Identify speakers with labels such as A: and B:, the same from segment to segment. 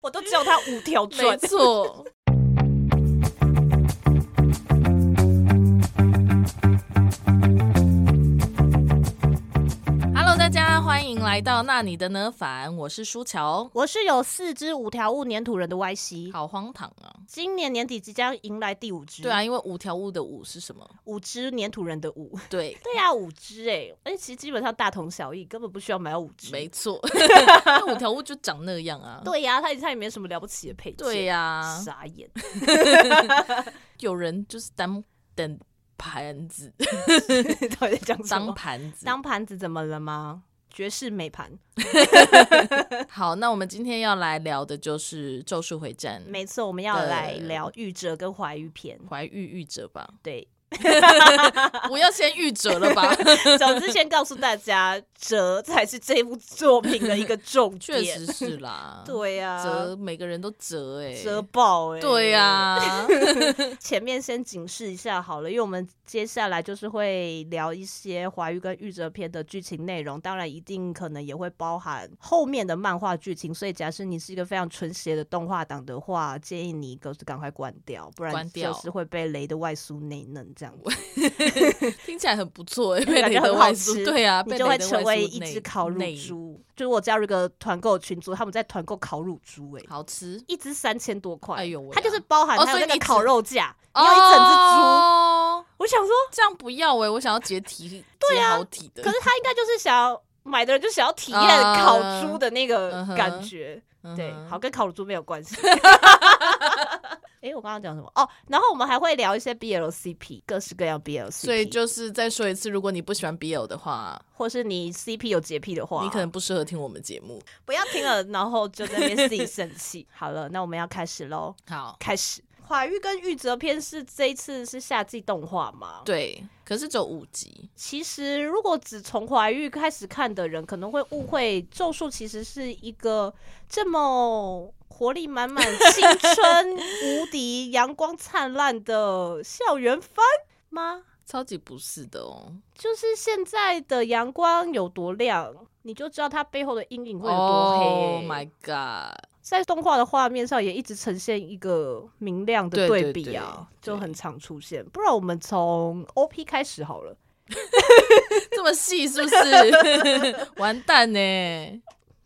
A: 我都只有他五条
B: 没
A: 准。
B: 错。Hello，大家欢迎来到那你的呢凡，我是舒乔。
A: 我是有四只五条悟粘土人的 Y C，
B: 好荒唐啊！
A: 今年年底即将迎来第五只，
B: 对，啊，因为五条悟的五是什么？
A: 五只粘土人的五，
B: 对，
A: 对呀、五只哎、而且其实基本上大同小异，根本不需要买到五只。
B: 没 错，那五条悟就长那样啊。
A: 对呀、它它也没什么了不起的配件。
B: 对、呀、
A: 傻眼，
B: 有人就是当等盘子，
A: 到底在讲什
B: 当
A: 么？
B: 盘子。嗯
A: 当盘子怎么了吗？绝世美盘，
B: 好，那我们今天要来聊的就是《咒术回战》
A: 没错，我们要
B: 对
A: 来聊御者跟怀玉篇。，
B: 怀玉玉者吧
A: 对，
B: 不要先玉者了吧？
A: 总之先告诉大家， 折才是这部作品的一个重点。，、
B: 确实是啦
A: 对呀、
B: 折每个人都折哎、
A: 折爆哎、
B: 对啊呀、
A: 前面先警示一下好了，因为我们接下来就是会聊一些华语跟玉泽篇的剧情内容，当然一定可能也会包含后面的漫画剧情。所以，假设你是一个非常纯邪的动画党的话，建议你都是赶快关掉，不然
B: 关掉
A: 就是会被雷的外酥内嫩这样子，
B: 听起来很不错哎、
A: 感
B: 被
A: 觉
B: 雷的
A: 很好
B: 外
A: 吃
B: 酥，对啊，
A: 你
B: 被
A: 就
B: 雷
A: 会
B: 的
A: 成
B: 外
A: 为
B: 酥
A: 一
B: 内
A: 只烤乳
B: 内
A: 猪。就是我加入一个团购群组，他们在团购烤乳猪、欸，
B: 好吃
A: 一只三千多块，
B: 哎呦喂啊
A: 它就是包含
B: 哦
A: 它有
B: 所以
A: 那个
B: 你只
A: 烤肉架，你要一整只猪。
B: 哦
A: 我想说，
B: 这样不要哎、我想要解体，对啊，好体的，
A: 可是他应该就是想要买的人就想要体验
B: 啊
A: 烤猪的那个
B: 嗯哼
A: 感觉，
B: 嗯哼
A: 对，好，跟烤猪没有关 系。 哎、我刚刚讲什么？哦，然后我们还会聊一些 BLCP，各式各样 BLCP，
B: 所以就是再说一次，如果你不喜欢 BL 的话，
A: 或是你 CP 有洁癖的话，
B: 你可能不适合听我们节目。
A: 不要听了，然后就在那边自己生气。 好了，那我们要开始喽，
B: 好，
A: 开始。怀玉跟玉泽篇是这一次是夏季动画嘛？
B: 对，可是只有五集，
A: 其实，如果只从怀玉开始看的人，可能会误会《咒术》其实是一个这么活力满 满、青春无敌、阳光灿烂的校园番吗？
B: 超级不是的哦。
A: 就是现在的阳光有多亮，你就知道它背后的阴影会有多黑、欸
B: Oh my god！
A: 在动画的画面上也一直呈现一个明亮的
B: 对
A: 对
B: 对
A: 比啊，
B: 对
A: 就很常出现。不然我们从 OP 开始好了。
B: 这么细是不是？ 完蛋呢、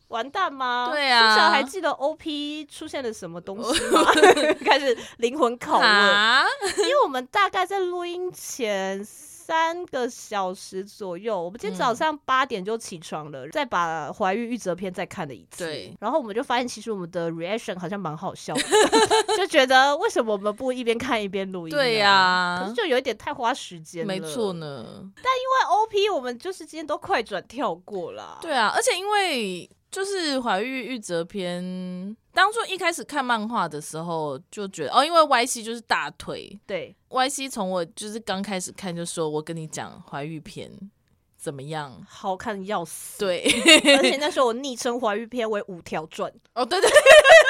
A: 完蛋吗？
B: 对啊
A: 至少还记得 OP 出现了什么东西 吗？开始灵魂拷问，
B: 啊！
A: 因为我们大概在录音前三个小时左右，我们今天早
B: 嗯
A: 上八点就起床了，再把《怀玉玉泽篇》再看了一次。
B: 对，
A: 然后我们就发现，其实我们的 reaction 好像蛮好 笑的，就觉得为什么我们不一边看一边录音？
B: 对呀、
A: 呀、可是就有一点太花时间了。
B: 没错，呢。
A: 因为 OP 我们就是今天都快转跳过啦。
B: 对啊，而且因为就是怀玉玉泽篇，当初一开始看漫画的时候就觉得哦，因为 Y C 就是大腿
A: 对，
B: ，Y C 从我就是刚开始看就说，我跟你讲怀玉篇怎么样？
A: 好看得要死。
B: 对，
A: 而且那时候我昵称怀玉篇为五条转，
B: 哦对对，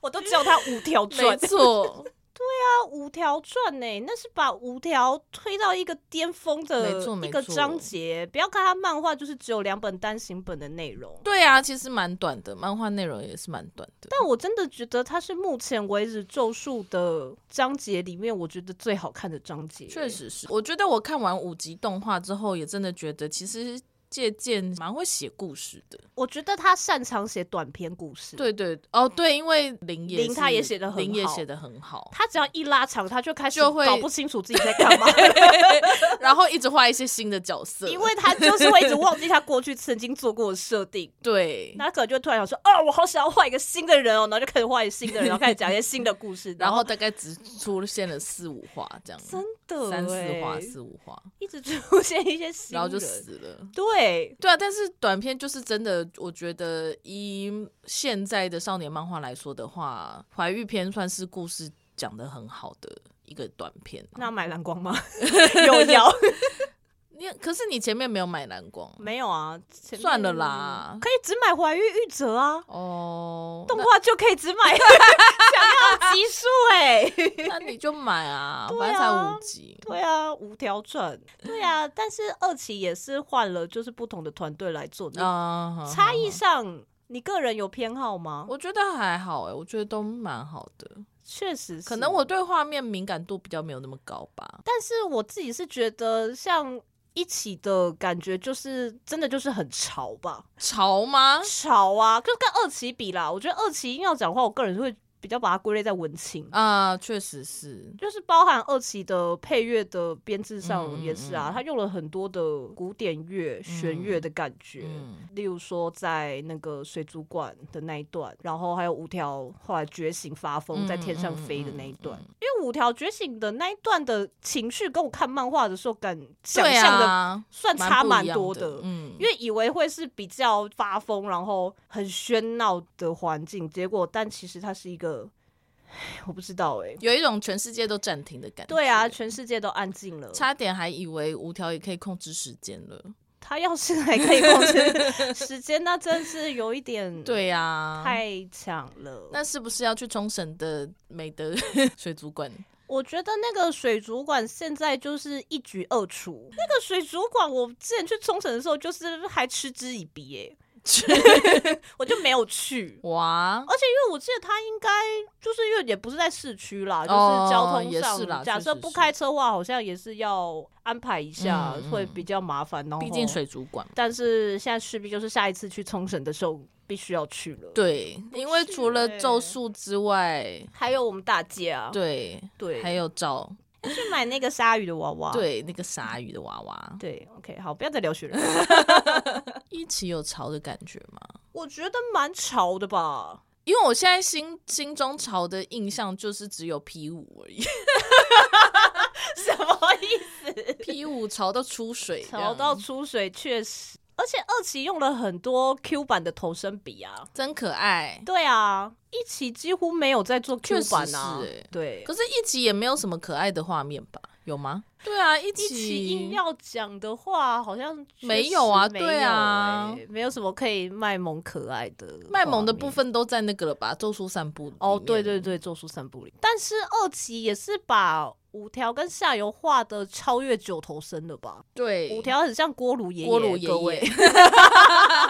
A: 我都叫他五 条
B: 没
A: 转，
B: 错，
A: 他五条转呢，那是把五条推到一个巅峰的
B: 没错没
A: 一个
B: 错
A: 章节。不要看他漫画，就是只有两本单行本的内容。
B: 对啊，其实蛮短的，漫画内容也是蛮短的。
A: 但我真的觉得它是目前为止咒术的章节里面，我觉得最好看的章节。
B: 确，实是，我觉得我看完五集动画之后，也真的觉得其实借鉴蛮会写故事的。
A: 我觉得他擅长写短篇故事。，
B: 对对，哦对，因为林也
A: 林
B: 是
A: 他也写得很
B: 林也
A: 好
B: 写的很好，
A: 他只要一拉长，他就开始
B: 就会
A: 搞不清楚自己在干嘛，
B: 然后一直画一些新的角色，
A: 因为他就是会一直忘记他过去曾经做过的设定。
B: 对，
A: 那可能就突然想说，哦，我好想要换一个新的人哦，然后就开始换一个新的人，然后开始讲一些新的故事，
B: 然后大概只出现了四五话这样，
A: 真的
B: 三四
A: 欸
B: 话四五话，
A: 一直出现一些新人，
B: 然后就死了。
A: 对。
B: 对啊，但是短片就是真的，我觉得以现在的少年漫画来说的话，怀玉篇算是故事讲的很好的一个短片。啊
A: 那买蓝 光吗？有摇
B: 你可是你前面没有买蓝光
A: 没有啊？前面嗯
B: 算了啦
A: 可以只买怀玉玉泽啊，
B: 哦，
A: 动画就可以只买 想要集数哎。
B: 那你就买 啊，
A: 对啊
B: 反正才五集。
A: 对啊，无条转。对啊，
B: 嗯
A: 但是二期也是换了，就是不同的团队来做，那
B: 啊，
A: 差异上你个人有偏好吗？
B: 我觉得还好哎、我觉得都蛮好的。
A: 确实是，哦
B: 可能我对画面敏感度比较没有那么高吧。
A: 但是我自己是觉得像。一起的感觉就是真的就是很潮吧，
B: 潮吗？
A: 潮啊，就跟二期比啦。我觉得二期硬要讲的话，我个人会比较把它归类在文青，
B: 啊、确实是。
A: 就是包含二期的配乐的编制
B: 嗯
A: 上
B: 嗯
A: 也是啊，
B: 嗯
A: 它用了很多的古典乐、弦乐的感觉。
B: 嗯，
A: 例如说，在那个水族馆的那一段，然后还有五条后来觉醒发疯
B: 嗯
A: 在天上飞的
B: 嗯嗯
A: 那一
B: 嗯
A: 段，
B: 嗯
A: 因为五条觉醒的那一段的情绪跟我看漫画的时候感想
B: 对
A: 象的
B: 啊，
A: 算差
B: 蛮
A: 蛮
B: 不一样
A: 多
B: 的。嗯，
A: 因为以为会是比较发疯，然后很喧闹的环境，结果但其实它是一个， 唉我不知道哎、
B: 有一种全世界都暂停的感觉。
A: 对啊，全世界都安静了。
B: 差点还以为五条也可以控制时间了。
A: 他要是还可以控 制时间，那真是有一点
B: 对呀、啊，
A: 太强了。
B: 那是不是要去冲绳的美德 水族馆？
A: 我觉得那个水族馆现在就是一举二出。那个水族馆，我之前去冲绳的时候，就是还嗤之以鼻、 欸，我就没有去。
B: 哇，
A: 而且因为我记得它应该就是因为也不是在市区啦，
B: 哦
A: 就是交通
B: 也
A: 上，
B: 是啦
A: 假
B: 是
A: 设
B: 是
A: 不
B: 是
A: 开车的话，好像也是要安排一下，
B: 嗯嗯
A: 会比较麻烦。然后，
B: 毕竟，水族馆。
A: 但是现在势必就是下一次去冲绳的时候必须要去了。，
B: 对，因为
A: 是
B: 除了
A: 欸
B: 咒术之外，
A: 还有我们大街啊，
B: 对，
A: 对，啊
B: 还有找
A: 去买那个鲨鱼的娃娃。
B: 对那个鲨鱼的娃娃，
A: 对，OK，好，不要再聊雪人，
B: 一起有潮的感觉吗？
A: 我觉得蛮潮的吧。
B: 因为我现在心心中潮的印象就是只有 P 五而已
A: 什么意思？
B: ，P 五潮到出水这样，
A: 潮到出水，确实。而且二期用了很多 Q 版的头身笔啊，
B: 真可爱。
A: 对啊，一期几乎没有在做
B: 确
A: Q
B: 实
A: 版啊，
B: 是欸
A: 对。
B: 可是，一集也没有什么可爱的画面吧？有吗？对啊，一
A: 一期硬要讲的话，好像确实
B: 没有啊
A: 没有
B: 对啊
A: 欸没有什么可以卖萌可爱的
B: 卖萌的
A: 画面
B: 部。分都在那个了吧？咒术散步里
A: 哦，
B: 面
A: 对对，对，咒术散步里，但是二期也是把五条跟下游画的超越九头身了吧？
B: 对
A: 五条很像锅炉爷爷，
B: 锅炉爷
A: 各位
B: 爷，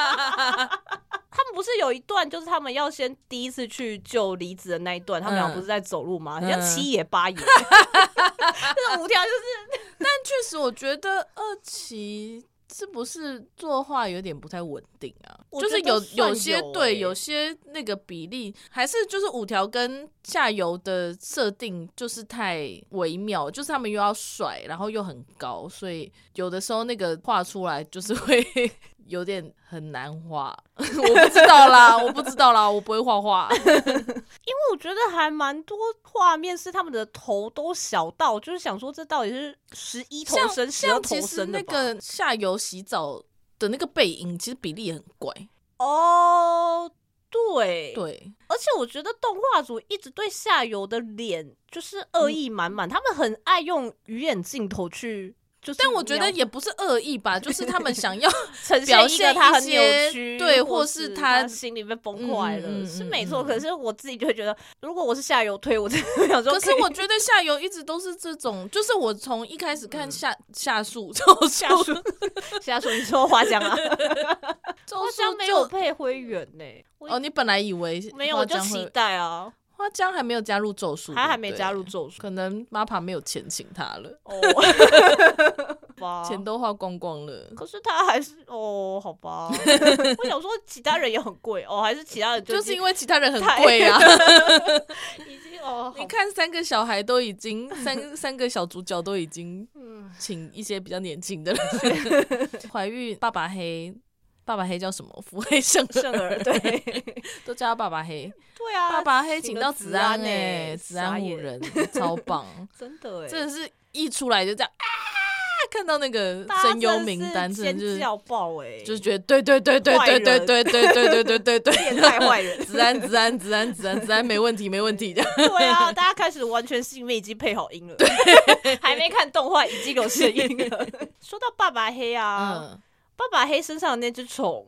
A: 他们不是有一段，就是他们要先第一次去救离子的那一段，他们俩
B: 嗯
A: 不是在走路吗？
B: 嗯
A: 很像七爷八 爷，就是五条就是
B: 确实，我觉得二期是不是作画有点不太稳定啊？
A: 我
B: 就是
A: 觉得
B: 有
A: 算有
B: 些
A: 欸
B: 对，有些那个比例还是就是五条跟下游的设定就是太微妙，就是他们又要帅，然后又很高，所以有的时候那个画出来就是 会有点很难画。 我不知道啦，我不知道啦，我不会画画。
A: 我觉得还蛮多画面是他们的头都小到，就是想说这到底是十一头
B: 像
A: 身、十二
B: 像
A: 头
B: 其实
A: 身的
B: 那
A: 吧
B: 个下游洗澡的那个背影，其实比例也很怪。
A: 哦。对，
B: 对，
A: 而且我觉得动画组一直对下游的脸就是恶意满
B: 嗯
A: 满，他们很爱用鱼眼镜头去，就是
B: 但我觉得
A: 描
B: 也不是恶意吧，就是他们 想要
A: 呈现
B: 表
A: 一
B: 现
A: 个他
B: 一
A: 很扭
B: 些
A: 曲，
B: 对
A: 或
B: 或
A: 是
B: 是
A: 他
B: 他
A: 心里被崩坏了，
B: 嗯嗯嗯
A: 是
B: 嗯
A: 没错。
B: 嗯
A: 可是我自己就会觉得，如果我是下游推，我真的想说，
B: 可是
A: 以
B: 我觉得下游一直都是这种，就是我从一开始看下、下树咒
A: 嗯下
B: 术
A: 属下属，你说花江 啊，
B: 咒
A: 花
B: 术
A: 江没有
B: 就
A: 配灰原呢、我
B: 哦，你本来以为
A: 没有，
B: 花
A: 我就
B: 江
A: 期
B: 会
A: 待啊，
B: 花江还没有加入咒术，
A: 他还
B: 对不
A: 没
B: 对
A: 加入，咒 术
B: 可能 MAPPA 没有钱请他了，
A: 哦，吧。
B: 钱都花光光了。
A: 哦可是他还是哦，好 吧。我想说，其他人也很贵哦，还是其他人
B: 就
A: 已
B: 是
A: 经
B: 因为其他人很
A: 太
B: 贵 啊！
A: 已经哦，
B: 你
A: 好
B: 看三个小孩都已 经三三个小主角都已经
A: 嗯，
B: 请一些比较年轻的人。 怀孕爸爸黑，爸爸黑叫什么？腹黑圣
A: 圣儿 对
B: 都叫他爸爸黑。
A: 对啊，
B: 爸爸黑
A: 请
B: 请
A: 了
B: 到
A: 子
B: 子安
A: 安
B: 哎、
A: 欸
B: 子安
A: 傻
B: 五
A: 眼
B: 人超棒，
A: 真的哎，
B: 真的是一出来就这样啊！看到那个
A: 大家
B: 声优名单，
A: 真的是
B: 真的就是
A: 尖叫爆哎、欸，
B: 就是觉得对对对对
A: 坏
B: 对
A: 人
B: 对对对对对对对
A: 变
B: 对，
A: 态坏 人。
B: 子安子安子安子安子安没问题没问题的，
A: 对啊，大家开始完全是因为已经配好音了，还没看动画已经有声音 了。说到爸爸黑 啊，
B: 嗯，
A: 爸爸黑身上的那只虫，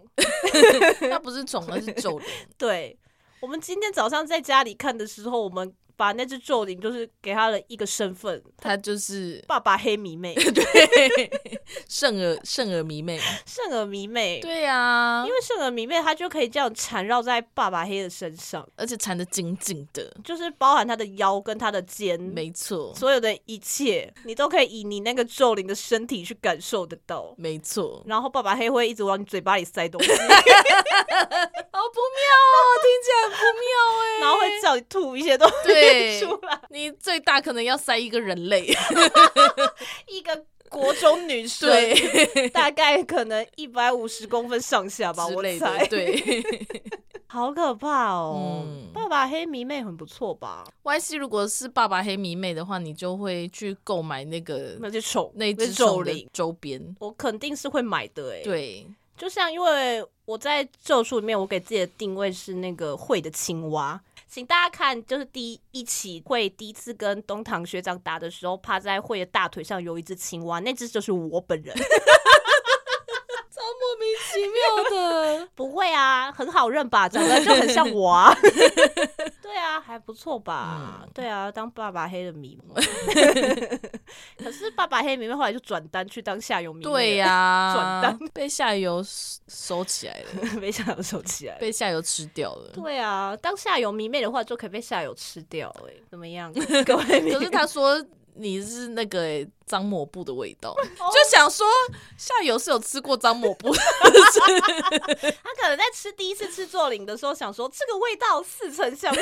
B: 那不是肿那是皱的，
A: 对我们今天早上在家里看的时候，我们把那只咒灵就是给他了一个身份，
B: 他就是
A: 爸爸黑迷 妹，
B: 对圣儿圣儿迷妹，
A: 圣儿迷妹。
B: 对啊，
A: 因为圣儿迷妹，她就可以这样缠绕在爸爸黑的身上，
B: 而且缠得紧紧的，
A: 就是包含他的腰跟他的肩，
B: 没错，
A: 所有的一切，你都可以以你那个咒灵的身体去感受得到。
B: 没错，
A: 然后爸爸黑会一直往你嘴巴里塞东西，
B: 好不妙哦，听起来很不妙 哎、
A: 然后会叫你吐一些东西
B: 对
A: 出来。
B: 你最大可能要塞一个人类，
A: 一个国中女生，
B: 对，
A: 大概可能一百五十公分上下吧，
B: 之
A: 我
B: 类
A: 猜
B: 的，。对。
A: 好可怕哦！
B: 嗯
A: 爸爸黑迷妹很不错吧？
B: Y C 如果是爸爸黑迷妹的话，你就会去购买那
A: 那
B: 个
A: 只丑
B: 那只
A: 咒
B: 手的
A: 灵，
B: 周边。
A: 我肯定是会买的哎、，
B: 对，
A: 就像因为我在咒术里面，我给自己的定位是那个会的青蛙。请大家看，就是第一一起会第一次跟东堂学长打的时候，趴在会的大腿上有一只青蛙，那只就是我本人。。
B: 超莫名其妙的
A: 不会啊，很好认吧？长得就很像我啊。 对啊，还不错吧？
B: 嗯
A: 对啊，当爸爸黑的迷妹。 可是爸爸黑迷妹后来就转单去当下游迷妹了。
B: 对呀、
A: 转单
B: 被下游收收起来了，
A: 没想到收起来了。
B: 被下游吃掉了。
A: 对啊，当下游迷妹的话，就可以被下游吃掉、欸。哎，怎么样？各位迷妹，
B: 可是他说你是那个欸脏、抹布的味道，就想说下游是有吃过脏抹布，
A: 他可能在吃第一次吃做灵的时候，想说这个味道似曾相识，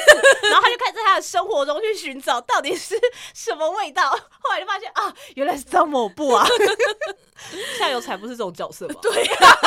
A: 然后他就开始在他的生活中去寻找到底是什么味道。后来就发现啊，原来是张某布啊， 夏油才不是这种角色吧？ 对呀、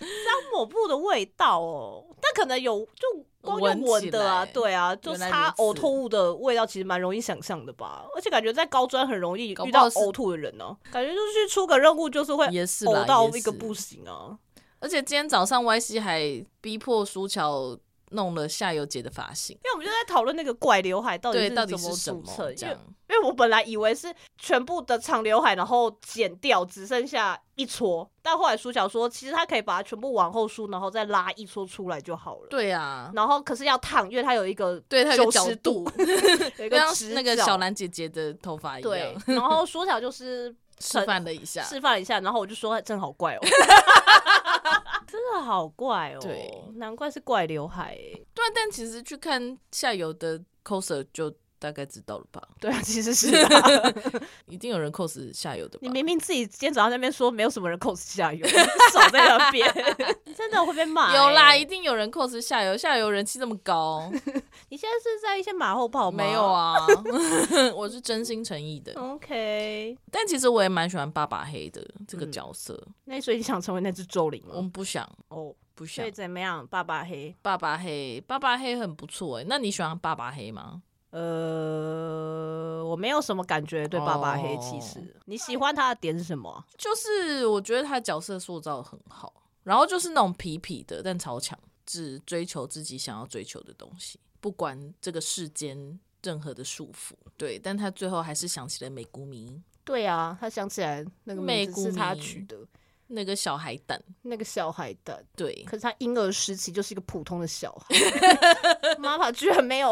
A: 张某布的味道哦，但可能有就光用
B: 闻起
A: 闻的啊，
B: 来
A: 对啊，就
B: 原来如
A: 擦
B: 此
A: 呕吐物的味道，其实蛮容易想象的吧？而且感觉在高专很容易
B: 搞
A: 遇
B: 不好
A: 到
B: 是
A: 呕吐的人呢、感觉就是出个任务就是会
B: 也是啦
A: 呕到
B: 也
A: 一个
B: 是
A: 不行啊。
B: 而且今天早上 Y C 还逼迫苏乔弄了下游姐的发型，
A: 因为我们就在讨论那个怪刘海到底
B: 对，
A: 是
B: 到底
A: 怎
B: 是什
A: 组
B: 么
A: 成，
B: 这
A: 因为
B: 样？
A: 因为我本来以为是全部的长刘海，然后剪掉，只剩下一撮，但后来苏乔说，其实他可以把它全部往后梳，然后再拉一撮出来就好了。
B: 对啊，
A: 然后可是要烫，因为它有一个
B: 对，它有个角
A: 90
B: 度，
A: 有一
B: 就
A: 个
B: 像
A: 直
B: 那个
A: 角
B: 小兰姐姐的头发一
A: 对
B: 样，，啊
A: 然后苏乔 就是
B: 示范了一下。
A: 示范了一下，然后我就说真的好 怪哦。真的好怪哦，
B: 对
A: 难怪是怪刘海欸、
B: 对啊，但其实去看下游的 coser 就大概知道了吧？
A: 对啊，其实是、 啊、
B: 一定有人 cos 下游的吧
A: 你？明明自己今天早上在那边说没有什么人 cos 下游，少在那边， 真的会被 骂欸、
B: 有啦，一定有人 cos 下游，下游人气这么 高，
A: 你现在是在一些马后炮吗？
B: 没有。啊？ 我是真心诚意的，
A: OK，
B: 但其实我也蛮喜欢爸爸黑的这个
A: 嗯
B: 角色，
A: 那所以你想成为那只咒灵
B: 我
A: 吗？
B: 们不想
A: 哦，
B: 不
A: 所
B: 想
A: 以。怎么样？爸爸黑，
B: 爸爸黑，爸爸黑很不错哎、那你喜欢爸爸黑吗？
A: 呃，我没有什么感觉对爸爸黑，
B: 哦
A: 其实、你喜欢他的点是什么啊？
B: 就是我觉得他角色塑造得很好，然后就是那种痞痞的，但超强，只追求自己想要追求的东西，不管这个世间任何的束缚。对，但他最后还是想起了美谷迷
A: 对啊，他想起来那个
B: 美
A: 名
B: 谷
A: 字是他
B: 迷
A: 取的，
B: 那个小海胆。
A: 那个小海蛋。
B: 对，
A: 可是他婴儿时期就是一个普通的小 孩，妈妈居然没有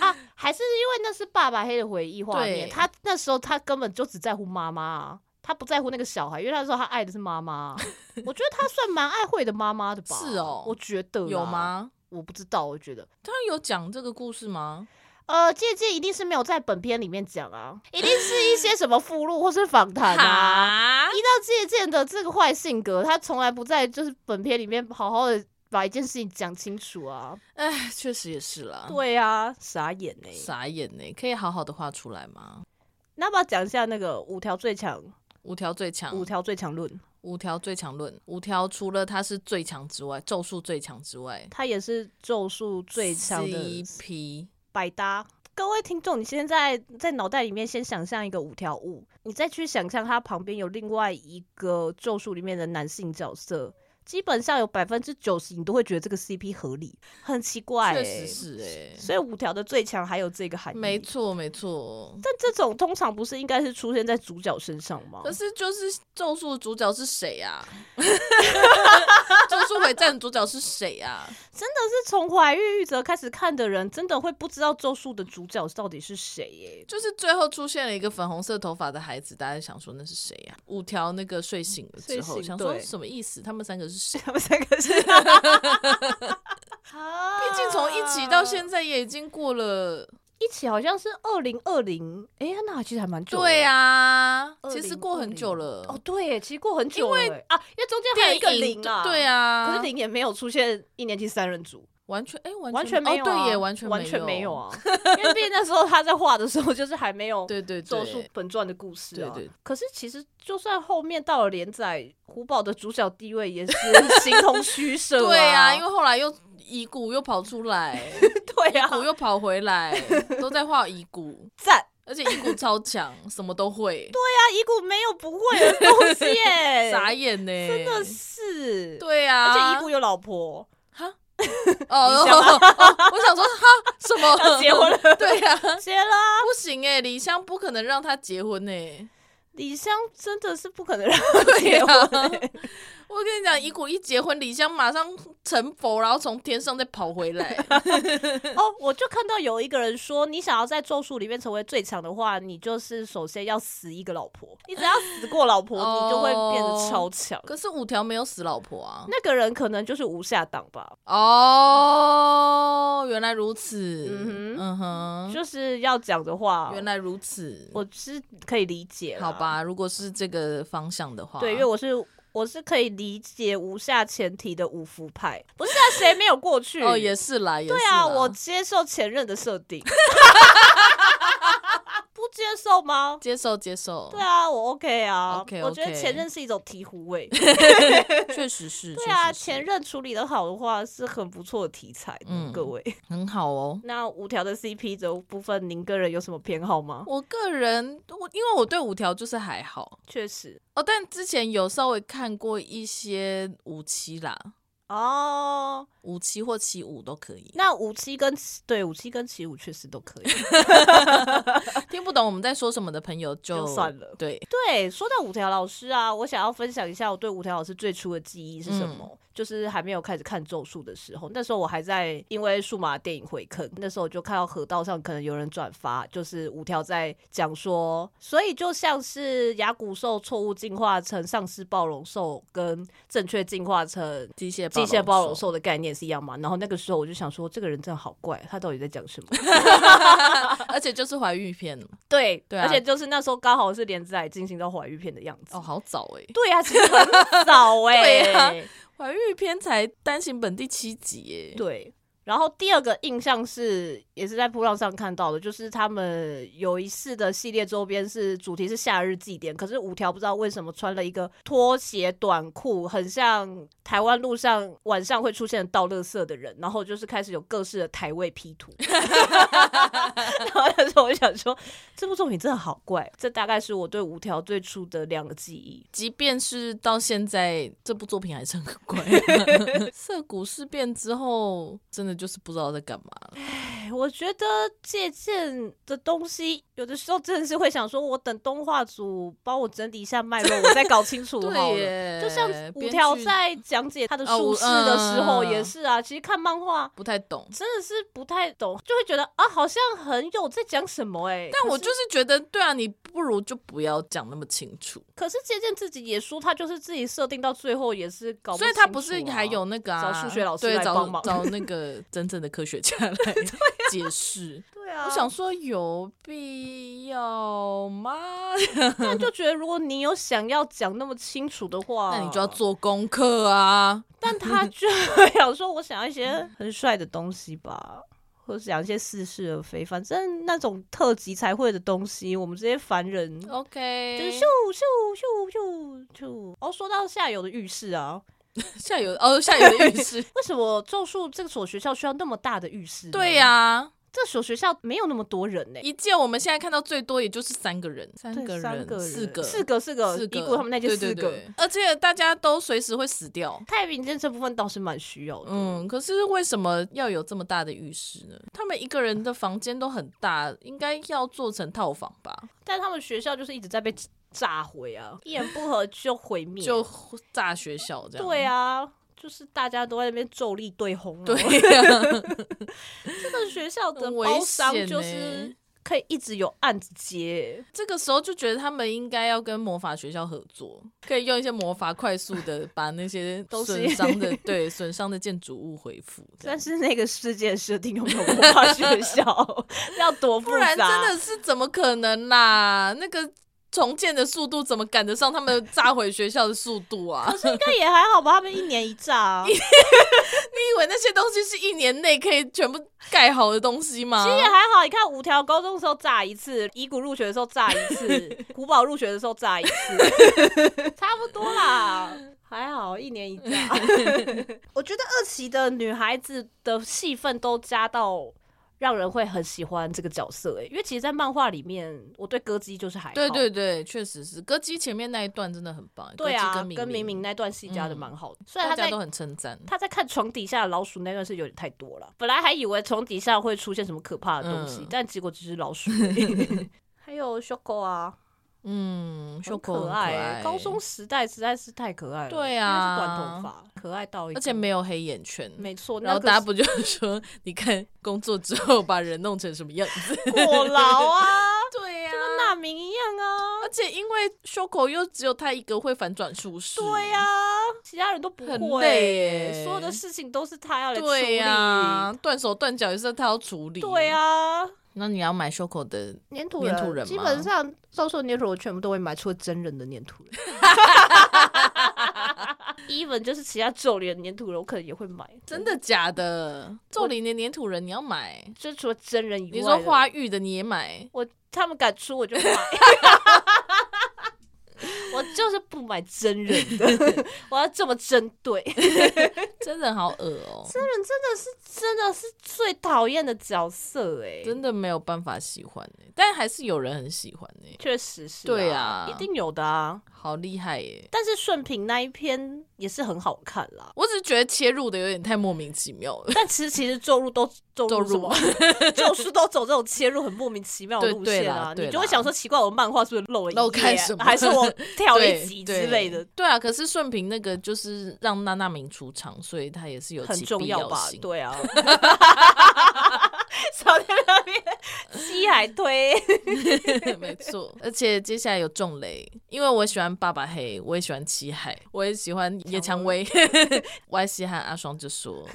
A: 啊！还是因为那是爸爸黑的回忆画面，
B: 对
A: 他那时候他根本就只在乎妈妈、啊，他不在乎那个小孩，因为那时候他爱的是妈妈啊、我觉得他算蛮爱会的妈妈的 吧？
B: 是哦
A: 我觉得啦
B: 有？吗？
A: 我不知道，我觉得
B: 他有讲这个故事吗？
A: 呃，借鉴一定是没有在本片里面讲啊，一定是一些什么附录或是访谈啊。
B: 哈
A: 依照借鉴的这个坏性格，他从来不在就是本片里面好好的把一件事情讲清楚啊。
B: 哎，确实也是啦。
A: 对呀、啊，傻眼呢、
B: 傻眼呢、可以好好的画出来吗？
A: 那要不要讲一下那个五条最强、
B: 五条最强，
A: 五条最强论？
B: 五条最强论，五条除了他是最强之外，咒术最强之外，
A: 他也是咒术最强的
B: CP
A: 百搭。各位听众，你现在在脑袋里面先想象一个五条悟，你再去想象他旁边有另外一个咒术里面的男性角色，基本上有百分之九十你都会觉得这个 CP 合理，很奇怪、欸，
B: 确实是哎、
A: 所以五条的最强还有这个含义，
B: 没错没错。
A: 但这种通常不是应该是出现在主角身上吗？
B: 可是就是《咒术》的主角是谁啊？ 《咒术回战》的主角是谁啊？
A: 真的是从怀玉玉泽开始看的人，真的会不知道咒术的主角到底是谁耶、
B: 就是最后出现了一个粉红色头发的孩子，大家想说那是谁呀、五条那个睡醒了之
A: 睡
B: 后，
A: 醒
B: 想说
A: 对
B: 什么意思？他们三个是谁？
A: 他们三个是，啊毕
B: 毕
A: 竟
B: 竟从一起到现在也已经过了，
A: 一起好像是二零二零，哎，那其实还蛮久的。
B: 对啊，
A: 2020
B: 其实过很久了。
A: 哦，对耶，其实过很久了耶，因为啊，因为中间还有
B: 电
A: 一个
B: 影
A: 零啊，
B: 对，啊，
A: 可是零也没有出现一年级三人组，
B: 完全哎、完
A: 完全没有
B: 哦、
A: 啊，
B: 对耶，完全
A: 完全
B: 没
A: 没有， 啊，因为毕竟那时候他在画的时候，就是还没有
B: 对对对，
A: 咒术本传的故事啊。
B: 对对
A: 可是其实就算后面到了连载，虎宝的主角地位也是 形同虚设、
B: 对
A: 啊，
B: 啊，因为后来又遗骨又跑出 来，
A: 对啊
B: 骨，又跑回来，都在画遗骨，
A: 赞。
B: 而且遗骨超强，什么都会，
A: 对啊，遗骨没有不会的东 西耶，
B: 傻眼呢、
A: 真的是。
B: 对啊，
A: 而且遗骨有老 婆，你
B: 哦
A: 想啊
B: 哦，哦我想说哈什么
A: 要结婚了
B: 对啊，
A: 结了啊。
B: 不行哎、李湘不可能让他结婚哎、
A: 李湘真的是不可能让他结
B: 啊
A: 婚耶、
B: 我跟你
A: 嗯
B: 讲，遗骨一结婚，李湘马上成佛，然后从天上再跑回来。
A: 哦，我就看到有一个人说，你想要在咒术里面成为最强的话，你就是首先要死一个老婆，你只要死过老婆，
B: 哦
A: 你就会变得超强。
B: 可是五条没有死老婆啊。
A: 那个人可能就是无下党吧，
B: 哦，原来如此。
A: 嗯哼
B: 嗯哼，
A: 就是要讲的话，
B: 原来如此。
A: 我是可以理解，
B: 好。吧，啊如果是这个方向的话，
A: 对，因为我是我是可以理解无下前提的五福派，不是啊，谁没有过去？
B: 哦也是啦，也是
A: 对
B: 啦
A: 啊，我接受前任的设定， 不接受吗？
B: 接受接受。
A: 对啊，我 OK 啊
B: OK，OK
A: 我觉得前任是一种醍醐 味。
B: 确实是。
A: 对啊，
B: 确实是
A: 前任处理的好的话是很不错的题材的，
B: 嗯
A: 各位。
B: 很好哦。
A: 那五条的 CP 的部分，您个人有什么偏好吗？
B: 我个人，我因为我对五条就是还好
A: 确实
B: 哦，但之前有稍微看过一些五期啦，
A: 哦，
B: 五期或七五都可 以。
A: 那五七跟对五七跟七五确实都可以。
B: 听不懂我们在说什么的朋友就
A: 就算了
B: 对，
A: 对，说到五条老师啊，我想要分享一下我对五条老师最初的记忆是
B: 嗯
A: 什么。就是还没有开始看《咒术》的时候，那时候我还在因为数码电影回坑，那时候我就看到河道上可能有人转发，就是五条在讲说，所以就像是牙骨兽错误进化成丧尸暴龙兽，跟正确进化成
B: 机械
A: 机械暴
B: 暴
A: 龙
B: 龙兽，
A: 兽的概念是一样嘛。然后那个时候我就想说，这个人真的好怪，他到底在讲什么？
B: 而且就是怀孕片
A: 对
B: 对啊
A: 而且就是那时候刚好是连载进行到怀玉片的样子
B: 哦，。好早哎、
A: 对啊，其实很早哎、
B: 对啊怀孕片才单行本第七集 哎、
A: 对然后第二个印象是，也是在铺浪上看到的，就是他们有一次的系列周边是主题是夏日祭典，可是五条不知道为什么穿了一个拖鞋短裤，很像台湾路上晚上会出现的倒垃圾的人，然后就是开始有各式的台位 P 图。 然后那时候我就想说，这部作品真的好怪，这大概是我对五条最初的两个记忆。
B: 即便是到现在，这部作品还是很怪。 涩谷事变之后，真的就是不知道在干嘛了。
A: 哎我觉得借鉴的东西，有的时候真的是会想说，我等动画组帮我整理一下脉络，我再搞清楚好
B: 对
A: 了。
B: 耶，
A: 就像五
B: 编
A: 条
B: 剧
A: 在讲解他的
B: 哦
A: 术
B: 我
A: 士的时候
B: 嗯
A: 也是啊，其实看漫画
B: 不太懂，
A: 真的是不太懂，就会觉得啊，好像很有在讲什么哎、
B: 但我
A: 可
B: 就是是觉得，对啊，你不如就不要讲那么清楚。
A: 可是借鉴自己也说，他就是自己设定到最后也是搞、
B: 所以他不是还有。那个、啊、
A: 找数学老师
B: 对
A: 来
B: 找
A: 帮忙啊
B: 找那个真正的科学家 来解释。
A: 对啊，
B: 我想说有必要吗？
A: 但就觉得，如果你有想要讲那么清楚的话，
B: 那你就要做功课啊。
A: 但他就 想说，我想要一
B: 嗯
A: 些很帅的东西吧，或者讲一些似是而非，反正那种特级才会的东西，我们这些凡人嗯 就
B: 哦 OK，
A: 是咻咻咻咻咻。哦，说到下游的浴室啊，，
B: 下游哦，下游的浴室
A: 为什么咒术这所学校需要那么大的浴室呢？
B: 对呀、
A: 这所学校没有那么多人呢、
B: 一届我们现在看到最多也就是三个人，三
A: 对
B: 个
A: 三
B: 人，
A: 个人
B: 四个，
A: 四个，四个，
B: 四个，
A: 一顾他们那届
B: 对
A: 四
B: 对
A: 个。
B: 对而且大家都随时会死掉。
A: 太平间这部分倒是蛮需要的，
B: 嗯，可是为什么要有这么大的浴室呢？他们一个人的房间都很大，应该要做成套房吧？
A: 但他们学校就是一直在被炸毁啊，一言不合就毁灭，
B: 就炸学校这样。
A: 对啊，就是大家都在那边咒力对轰、啊，
B: 对
A: 这个学校的
B: 很危
A: 包商
B: 险欸
A: 就
B: 呢
A: 是可以一直有案子接，欸
B: 这个时候就觉得他们应该要跟魔法学校合作，可以用一些魔法快速的把那些
A: 东西
B: 损伤的对损伤的建筑物恢复。这样
A: 但是那个世界设定有没有魔法 学校，要多复
B: 不然
A: 杂？
B: 真的是怎么可能啦？那个重建的速度怎么赶得上 他们炸毁学校的速度啊？
A: 可是应该也还好吧，他们一年一炸、啊，其实
B: 你以为那些东西是一年内可以全部盖好的东西吗？
A: 也还好。你看五条高中的时候炸一次，乙骨入学的时候炸一次， 古堡入学的时候炸一次， 差不多啦。还好一年一炸， 我觉得二期的女孩子的戏份都加到让人会很喜欢这个角色、欸，因为其实，在漫画里面，我对歌姬就是还好，
B: 对对对，确实是。歌姬前面那一段真的很棒，
A: 对
B: 歌
A: 啊，
B: 姬
A: 跟
B: 明嗯
A: 明明那段戏加的蛮好的，虽然
B: 大
A: 他
B: 家
A: 在
B: 都很称赞。
A: 他在看床底下的老鼠那段是有点太多了，本来还以为床底下会出现什么可怕的东西，
B: 嗯
A: 但结果只是老 鼠而已。还有小狗啊，
B: 嗯，
A: 很
B: 秀口
A: 可
B: 很
A: 爱,、
B: 爱
A: 高中时代实在是太可爱了。
B: 对
A: 因
B: 啊
A: 为是短头发，可爱到一个，
B: 而且没有黑眼圈。
A: 没错，
B: 然后
A: 那
B: 大家
A: 个
B: 不就是说，你看工作之后把人弄成什么 样子？
A: 是过劳啊，
B: 对呀、
A: 跟纳明一样啊，
B: 而且因为修口又只有他一个会反转术式，
A: 对、呀、其他人都不会、
B: 很累耶
A: 所有的事情都是他要来处理。
B: 对啊呀、断手断脚也是他要处理。
A: 对、啊，
B: 那你要买修口的，
A: 粘土
B: 粘
A: 人，
B: 土人
A: 基
B: 吗
A: 本上到时候粘土我全部都会买，除了真人的粘土人。even 就是其他咒里的粘土人，我可能也会买。
B: 真，的假的？咒里连粘土人你要买，
A: 就除了真人以外，
B: 你说花，玉的你也买，
A: 我他们敢出我就买。 我就是不买真人的， 我要这么针对。
B: 真人好恶哦、
A: 真人真的是真的是最讨厌的角色哎、
B: 真的没有办法喜欢、欸，但还是有人很喜欢呢、
A: 确实是、
B: 对
A: 啊
B: 啊，
A: 一定有的啊。
B: 好厉害耶、
A: 但是顺平那一篇也是很好看啦，
B: 我只是觉得切入的有点太莫名其妙了。
A: 但其实其实咒入都咒入
B: 咒
A: 什
B: 入
A: 么， 咒术都走这种切入很莫名其妙的路线啊，
B: 对对啦对啦
A: 你就会想说奇怪，我漫画是不是漏了一页啊
B: 漏看什么
A: 还是 我跳
B: 对
A: 一集之类的
B: 对，对啊，可是顺平那个就是让娜娜明出场，所以他也是有
A: 很
B: 其
A: 重
B: 必
A: 要吧
B: 性？
A: 对啊，少在那边西海推，
B: 没错。而且接下来有重雷，因为我喜欢爸爸黑，我也喜欢七海，我也喜欢野蔷薇。Y 西和阿双就说。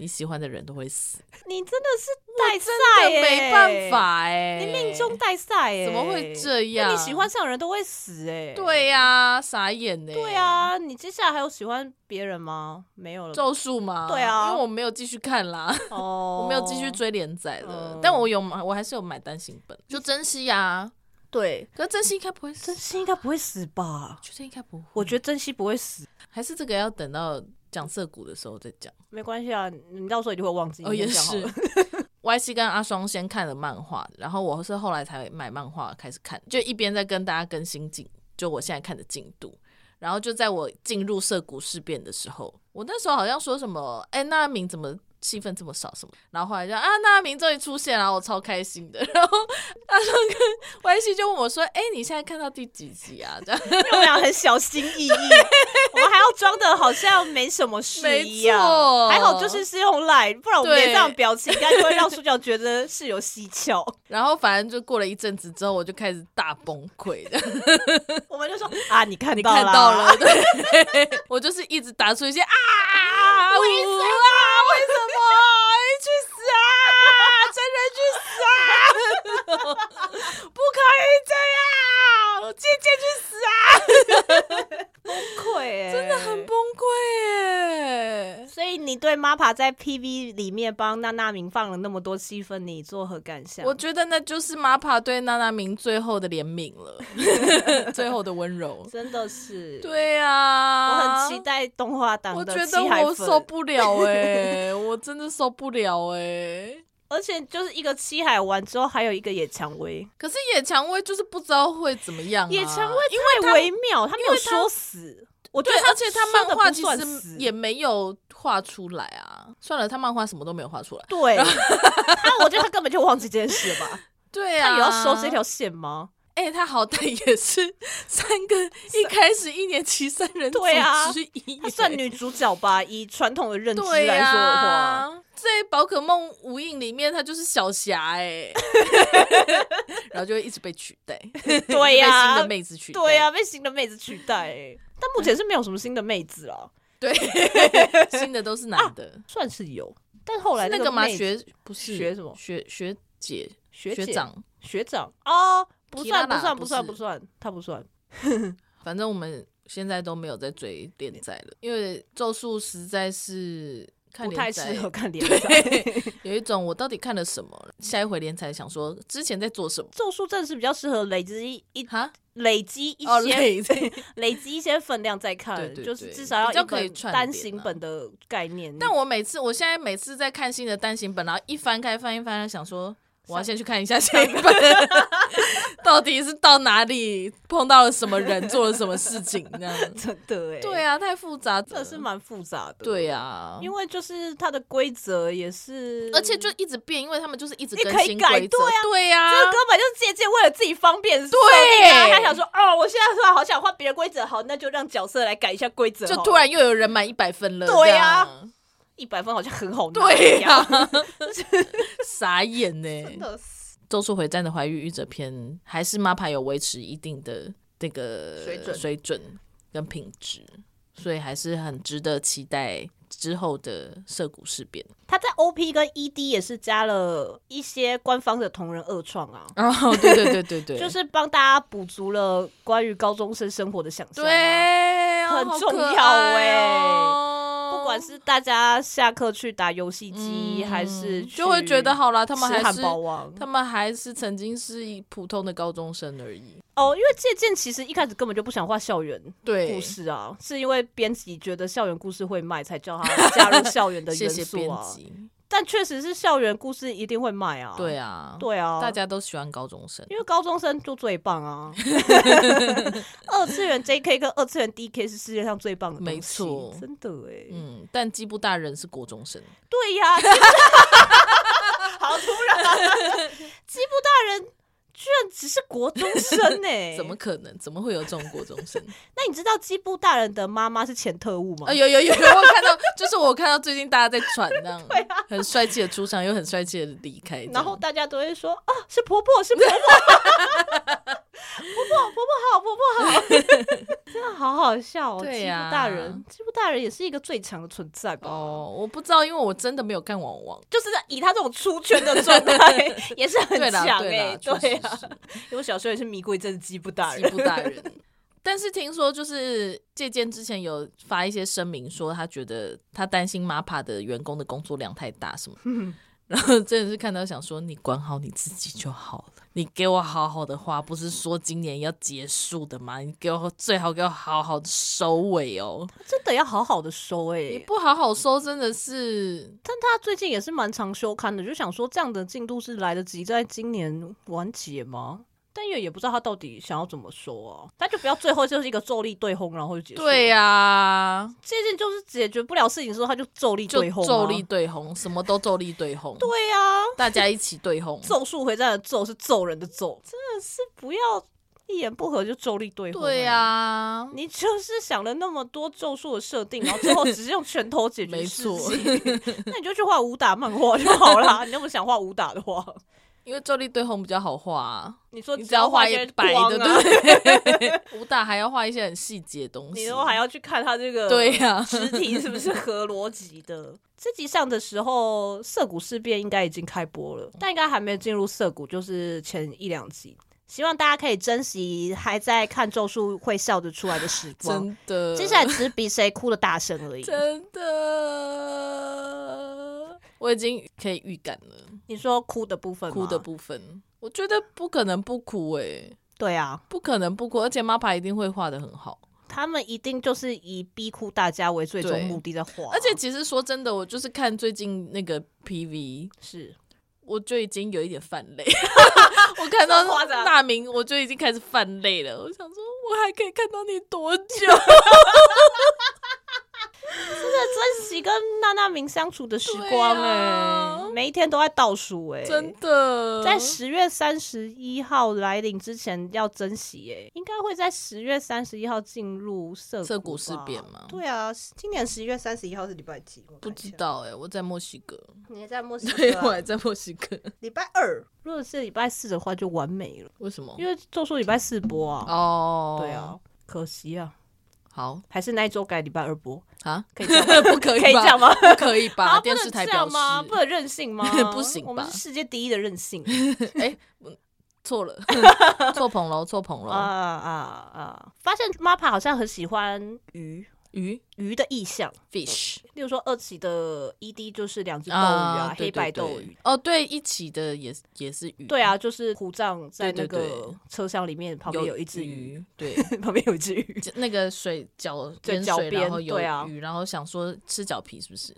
B: 你喜欢的人都会死，
A: 你真的是带赛
B: 但
A: 耶、
B: 没办，法哎、
A: 欸你命中带赛耶，
B: 怎么会这
A: 那
B: 样？
A: 你喜欢？上的人都会死哎、
B: 对呀、傻眼欸呢、
A: 对，啊，你接下来还有喜欢别人吗？没有了吧，
B: 咒术吗？
A: 对啊
B: 因为我没有继续看啦。
A: 哦，
B: 我没有继续追连载了，
A: 嗯
B: 但我有买，我还是有买单行本，就珍惜呀、
A: 对。
B: 可是珍惜应该不会死
A: 真，心应该不会死吧
B: 我？觉得应该不会。
A: 我觉得真心不会死，
B: 还是这个要等到讲涩谷的时候再讲。
A: 没关系啊，你到时候一定会忘记。
B: 哦，
A: 你
B: 也
A: 先讲好
B: 是
A: 了。
B: Y C 跟阿双先看了漫画，然后我是后来才买漫画开始看，就一边在跟大家更新进，就我现在看的进度。然后就在我进入涩谷事变的时候，我那时候好像说什么，哎，那阿明怎么戏份这么少什么？然后后来就啊，那阿明终于出现了，我超开心的。 然后阿双跟 Y C 就问我说，哎，你现在看到第几集啊？这样
A: 因为我们俩很小心翼 翼，我们还要装的好像没什么事一样
B: 没。错
A: 还好就是是用 line，不然我们
B: 对
A: 脸上的表情应该就会让主角觉得是有蹊 跷。
B: 然后反正就过了一阵子之后，我就开始大崩 溃的。
A: 我们就说啊，你看
B: 你
A: 到
B: 看
A: 啦
B: 到了，对， 我就是一直打出一些啊，为什么啊，为什么啊，去死啊，真人去死啊，不可以这样，姐姐去死啊，
A: 溃、欸，真的
B: 很崩。溃耶。
A: 所以你对 MAPA 在 PV 里面帮娜娜明放了那么多戏份，你作何感想？
B: 我觉得那就是玛帕对娜娜明最后的怜悯了，最后的温柔。
A: 真的是，、
B: 对呀、啊，
A: 我很期待动画党
B: 我
A: 的
B: 觉得
A: 七海
B: 我
A: 粉
B: 受不了哎、我真的受不了哎、
A: 而且就是一个七海完之后，还有一个野蔷薇，
B: 可是野蔷薇就是不知道会怎么样、啊。
A: 野蔷薇
B: 因
A: 太微妙，他没有
B: 为他
A: 说死。我觉
B: 对
A: 得，
B: 而且他
A: 他
B: 漫画其
A: 说得不算
B: 实
A: 死
B: 也没有画出来啊。算了，他漫画什么都没有画出来。
A: 对，他我觉得他根本就忘记这件事吧。
B: 对啊，
A: 他也要收这条线吗？
B: 哎、他好歹也是三个一开始一年级三人组
A: 对啊
B: 之一，
A: 她算女主角吧？以传统的认知
B: 对
A: 来说的话，
B: 啊，在宝可梦无印里面，他就是小霞 哎、然后就会一直被取代，
A: 对呀、
B: 被新的妹子取代，
A: 对啊呀、被新的妹子取代、欸。但目前是没有什么新的妹子啊，
B: 对，新的都是男的。
A: 算是有，但啊后来
B: 是那
A: 个
B: 个嘛
A: 妹子
B: 学不是
A: 学什么
B: 学学姐
A: 学
B: 学
A: 姐
B: 长，
A: 学长哦，不
B: 提
A: 算
B: 拉
A: 不
B: 拉
A: 算
B: 不
A: 不算
B: 是
A: 不算，他不算。
B: 反正我们现在都没有在追连载了，因为咒术实在是看
A: 不太
B: 连
A: 适
B: 载
A: 合看连载。
B: 有一种我到底看了什么，下一回连载想说之前在做什么
A: 咒术正是比较适合累积一
B: 哈。
A: 累积一
B: 哦，
A: 些、
B: 累对
A: 累积一些分量再看，
B: 对对
A: 就是
B: 对
A: 至少要
B: 比较
A: 一
B: 可以
A: 本
B: 串
A: 单
B: 联
A: 行
B: 啊
A: 本的概念。
B: 但我每次，我现在每次在看新的单行本，然后一翻开翻一翻，想说我要先去看一下下一 本，到底是到哪里碰到了什么人，做了什么事情这样。
A: 真的哎、
B: 对，啊，太复杂了，
A: 这是蛮复杂的。
B: 对、啊，
A: 因为就是它的规则也是，
B: 而 且就一直变，因为他们就是一直
A: 你
B: 更
A: 可以
B: 新
A: 改
B: 规则
A: 对啊，
B: 对呀、
A: 这根本就是借鉴为了自己方便设定啊。
B: 对
A: 他想说，哦，我现在突然好想换别的规则，好，那就让角色来改一下规则好了。
B: 就突然又有人满一百分了，
A: 哦对啊哎
B: 这样
A: 一百分好像很好拿
B: 对啊
A: 一
B: 呀、
A: 样，
B: 傻眼呢、
A: 真的是
B: 《咒术回战》的怀玉玉者篇，还是 MAPPA 有维持一定的这个
A: 水准
B: 水准跟品质，所以还是很值得期待之后的涉谷事变。
A: 他在 OP 跟 ED 也是加了一些官方的同人二创啊，
B: 哦，对对对对 对，
A: 就是帮大家补足了关于高中生生活的想象、啊。
B: 对，哦
A: 很
B: 好
A: 重
B: 可
A: 要
B: 爱
A: 对
B: 哦
A: 不管是大家下课去打游戏机，还是
B: 嗯就会觉得
A: 去
B: 好啦，他们
A: 吃
B: 还
A: 汉
B: 是
A: 堡王
B: 他们还是曾经是一普通的高中生而已。
A: 哦，因为借鉴其实一开始根本就不想画校园
B: 对
A: 故，事啊，是因为编辑觉得校园故事会卖，才叫他加入校园的
B: 谢
A: 元
B: 谢
A: 素
B: 编
A: 啊。
B: 辑。
A: 但确实是校园故事一定会卖啊。
B: 对
A: 啊，
B: 啊，
A: 对啊，
B: 大家都喜欢高中生。
A: 因为高中生就最棒 啊。二次元 JK 跟二次元 DK 是世界上最棒的东西，
B: 没错
A: 真的哎、
B: 嗯，但基布大人是国中生，
A: 对呀、好突然、啊，吉布大人居然只是国中生呢、
B: 怎么？可能？怎么会有这种国中 生？
A: 那你知道吉布大人的妈妈是前特务吗？
B: 啊，有有有有，我看到，就是我看到最近大家在传 那样，很帅气的出场，又很帅气的离开，这
A: 啊然
B: 样
A: 后大家都会说啊，是婆婆，是婆婆，婆 婆，婆婆好，婆婆 好，真的好好笑哦！
B: 对
A: 吉
B: 呀
A: 布大人，吉布大人也是一个最强的存在吧？
B: 哦，我不知道，因为我真的没有看网网。
A: 就是以他这种出圈的状态，也是很
B: 对啦，
A: 强
B: 对
A: 哎、
B: 啦，
A: 对
B: 确
A: 啊
B: 实，是
A: 因为我小时候也是迷过一阵子吉布大
B: 吉
A: 人，
B: 布大人。 但是听说，就是借鉴之前有发一些声明，说他觉得他担心 MAPA 的员工的工作量太 大什么的。然后真的是看到想说，你管好你自己就好了。你给我好好的话，不是说今年要结束的吗？你给我最好给我好好的收尾 哦。
A: 真的要好好的收哎、
B: 你不好好收，真的是
A: 但他最近也是蛮常休刊的，就想说这样的进度是来得及在今年完结吗？但也也不知道他到底想要怎么说啊，他就不要最后就是一个咒力对轰，然后就结束。
B: 对、呀、
A: 这件就是解决不了事情的时候，他就咒力
B: 就
A: 对轰、啊，
B: 咒力。对轰，什么都咒力对轰，
A: 对呀、啊，
B: 大家一起对轰。
A: 咒术回战的咒是咒人的咒，真的是不要一言不合就咒力对轰、啊欸
B: 对啊呀、
A: 你就是想了那么多咒术的设定，然后最后只是用拳头解决
B: 没
A: 事
B: 错
A: 情，那你就去画武打漫画就好啦。 你那么想画武打的话，
B: 因为咒力对轰比较好画、啊，
A: 你说
B: 你只
A: 要
B: 要画
A: 一
B: 一
A: 些
B: 个白
A: 光
B: 的，
A: 啊
B: 对不对？武打还要画一些很细节的东西，
A: 你都还要去看他这个
B: 对呀、
A: 肢体是不是合逻辑的？这集上的时候，涩谷事变应该已经开播了，但应该还没进入涩谷，就是前一两集。希望大家可以珍惜还在看咒术会笑得出来的时光。
B: 真的，
A: 接下来只是比谁哭的大声而已。
B: 真的，我已经可以预感了
A: 你说哭的部分吗，
B: 哭的部分，我觉得不可能不哭诶、
A: 对啊，
B: 不可能不哭，而且 MAPA 一定会画的很好。
A: 他们一定就是以逼哭大家为最终
B: 对
A: 目的在画，
B: 而且其实说真的，我就是看最近那个 PV，
A: 是
B: 我就已经有一点泛 泪。啊我看到
A: 这么夸张
B: 大明，我就已经开始泛泪了。我想说，我还可以看到你多久？
A: 珍惜跟娜娜明相处的时光
B: 对
A: 哎、
B: 啊
A: 每一天都在倒数哎、
B: 真的，
A: 在十月三十一号来临之前要珍惜哎、应该会在十月三十一号进入涩
B: 涩
A: 谷
B: 谷事
A: 吧
B: 变吗
A: 对啊，今年十一月三十一号是礼拜几？
B: 不知，道
A: 欸
B: 哎、我在墨西哥，
A: 你也在墨西
B: 对，
A: 哥
B: 我
A: 啊、
B: 还在墨西哥。
A: 礼拜二，如果是礼拜四的话就完美了，
B: 为什么？
A: 因为就说礼拜四播啊。
B: 哦，
A: 对啊，，可惜啊，
B: 好
A: 还是那一周改礼拜二播，
B: 啊，
A: 可以这样吗
B: 不可以吧？
A: 可以这样吗
B: 不可以吧？
A: 啊
B: 电视台
A: 不能这
B: 表
A: 样
B: 示？
A: 吗？不能任性吗
B: 不行吧
A: 我们是世界第一的任 性
B: 哎，嗯 错了，错捧了，错捧
A: 啊
B: 了。
A: 啊啊！发现 MAPA 好像很喜欢鱼
B: 鱼
A: 鱼的意象，
B: fish
A: 例如说二期的 ED 就是两只斗鱼啊，
B: 对
A: 黑白
B: 对
A: 斗
B: 对
A: 鱼。
B: 哦，对，一起的也是也是鱼，
A: 对，啊，就是虎杖在那
B: 对对对
A: 个车厢里面，旁边有一只鱼，
B: 鱼，对，
A: 旁边有一只鱼，
B: 就那个水饺
A: 对
B: 边
A: 脚
B: 水，然
A: 边
B: 后有
A: 对啊
B: 鱼，然后想说吃脚皮是不是？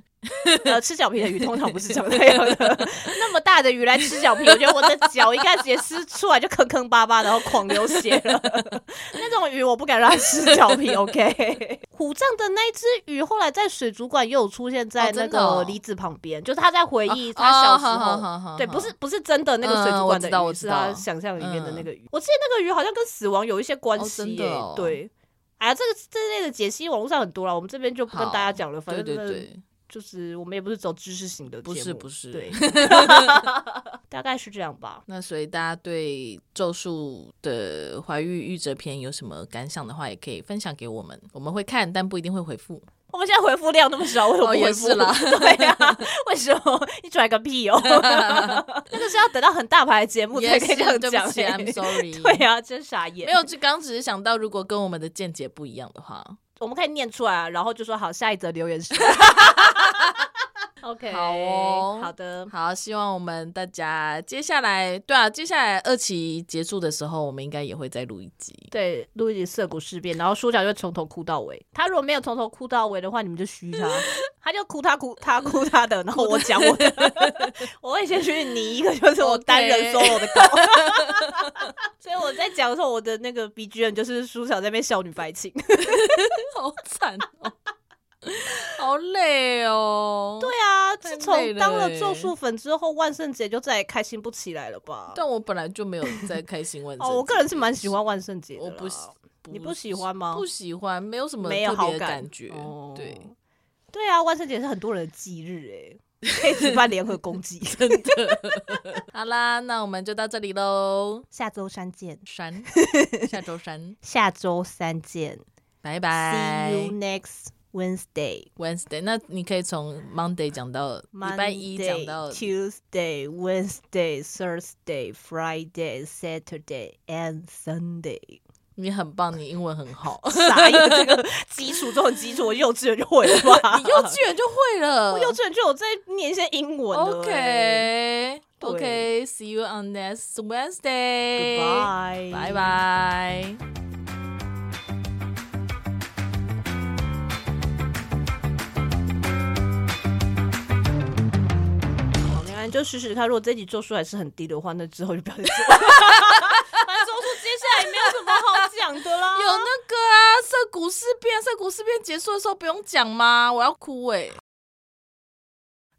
A: 呃，吃脚皮的鱼通常不是长那样的， 那么大的鱼来吃脚皮，我觉得我的脚一下子也撕出来就坑坑巴巴，然后狂流血了。 那种鱼我不敢让它吃脚皮，OK。虎 杖的那一只鱼后来在水族馆也有出现在
B: 哦
A: 那
B: 真的哦
A: 个梨子旁边，就是他在回忆
B: 哦
A: 他哎小时
B: 好好
A: 候。
B: 好好
A: 对，
B: 好
A: 不是不是真的那个水
B: 嗯嗯
A: 族
B: 我
A: 馆
B: 知
A: 的
B: 道
A: 鱼，
B: 我知
A: 是他
B: 道
A: 想象里面的那
B: 嗯
A: 个鱼。我记得那个鱼好像跟死亡有一些关
B: 哦
A: 系
B: 真
A: 耶、
B: 的哦
A: 对，哎呀，这个这类的解析网络上很多了，我们这边就不跟大家讲了，反
B: 对
A: 正
B: 对
A: 真的
B: 对，
A: 就是我们也不是走知识型的节目，
B: 不是不 是
A: 对，大概是这样吧。
B: 那所以大家对《咒术》的怀孕预折篇有什么感想的话，也可以分享给我们，我们会看，但不一定会回复。
A: 我们现在回复量那么少，为什么
B: 哦
A: 不
B: 也
A: 回复
B: 是啦
A: 对啊呀、为什么你拽个屁 哦？那个是要等到很大牌的节 目才可以这样
B: 对不
A: 讲、
B: 起
A: 欸。
B: ，I'm sorry。
A: 对呀、真傻眼。
B: 没有，，就刚只是想到，如果跟我们的见解不一样的话，
A: 我们可以念出来，啊然后就说好，下一则留 言是。OK，
B: 好哦
A: 好的，
B: 好，希望我们大家接下来，对啊，接下来二期结束的时候，我们应该也会再录一集。
A: 对，录一集涩谷事变，然后书角就从头哭到尾。他如果没有从头哭到尾的话，你们就虚他，他就哭他哭他哭他的，然后我讲我的， 我会先去拟一个就是我单人
B: OK
A: solo 的稿。 所以我在讲的时候，我的那个 BGM 就是书角在那边少女白情。对
B: 好惨哦， 好累哦。对
A: 啊，自
B: 太累
A: 从
B: 了
A: 当了
B: 欸
A: 咒术粉之后，万圣节就再也开心不起来了吧？
B: 但我本来就没有在开心万圣。
A: 哦，我个人是蛮喜，欢万圣节的啦，
B: 我不喜
A: 你不喜欢吗？
B: 不喜欢，没有什么
A: 哦没有
B: 特
A: 好
B: 别的感觉。
A: 哦
B: 对，
A: 对啊，万圣节是很多人的忌日哎、可以举办联合攻 击。
B: 好啦，那我们就到这里 喽。
A: 下周三见，
B: 山，下周山，
A: 下周三见
B: 拜
A: ，See
B: 拜
A: you。next Wednesday。
B: Wednesday，那你可以从 Monday 讲到礼拜一，讲到
A: Tuesday, Wednesday, Thursday, Friday, Saturday and Sunday。
B: 你很棒，你英文很好，
A: 啥呀？这个基础中的基础，我幼稚园就会了吧？
B: 你 幼稚园就会了。
A: 我幼稚园就有在念一些英文了欸、
B: OK
A: 对
B: OK，See you on next Wednesday。
A: Goodbye，
B: 拜。拜。
A: 好，那就试试看。如果这集做出来是很低的话，那之后就不要再做。 反啊正做出接下来没有什么好讲的 啦。
B: 有那个啊，涩谷事变，涩谷事变结束的时候不用讲吗？我要哭哎、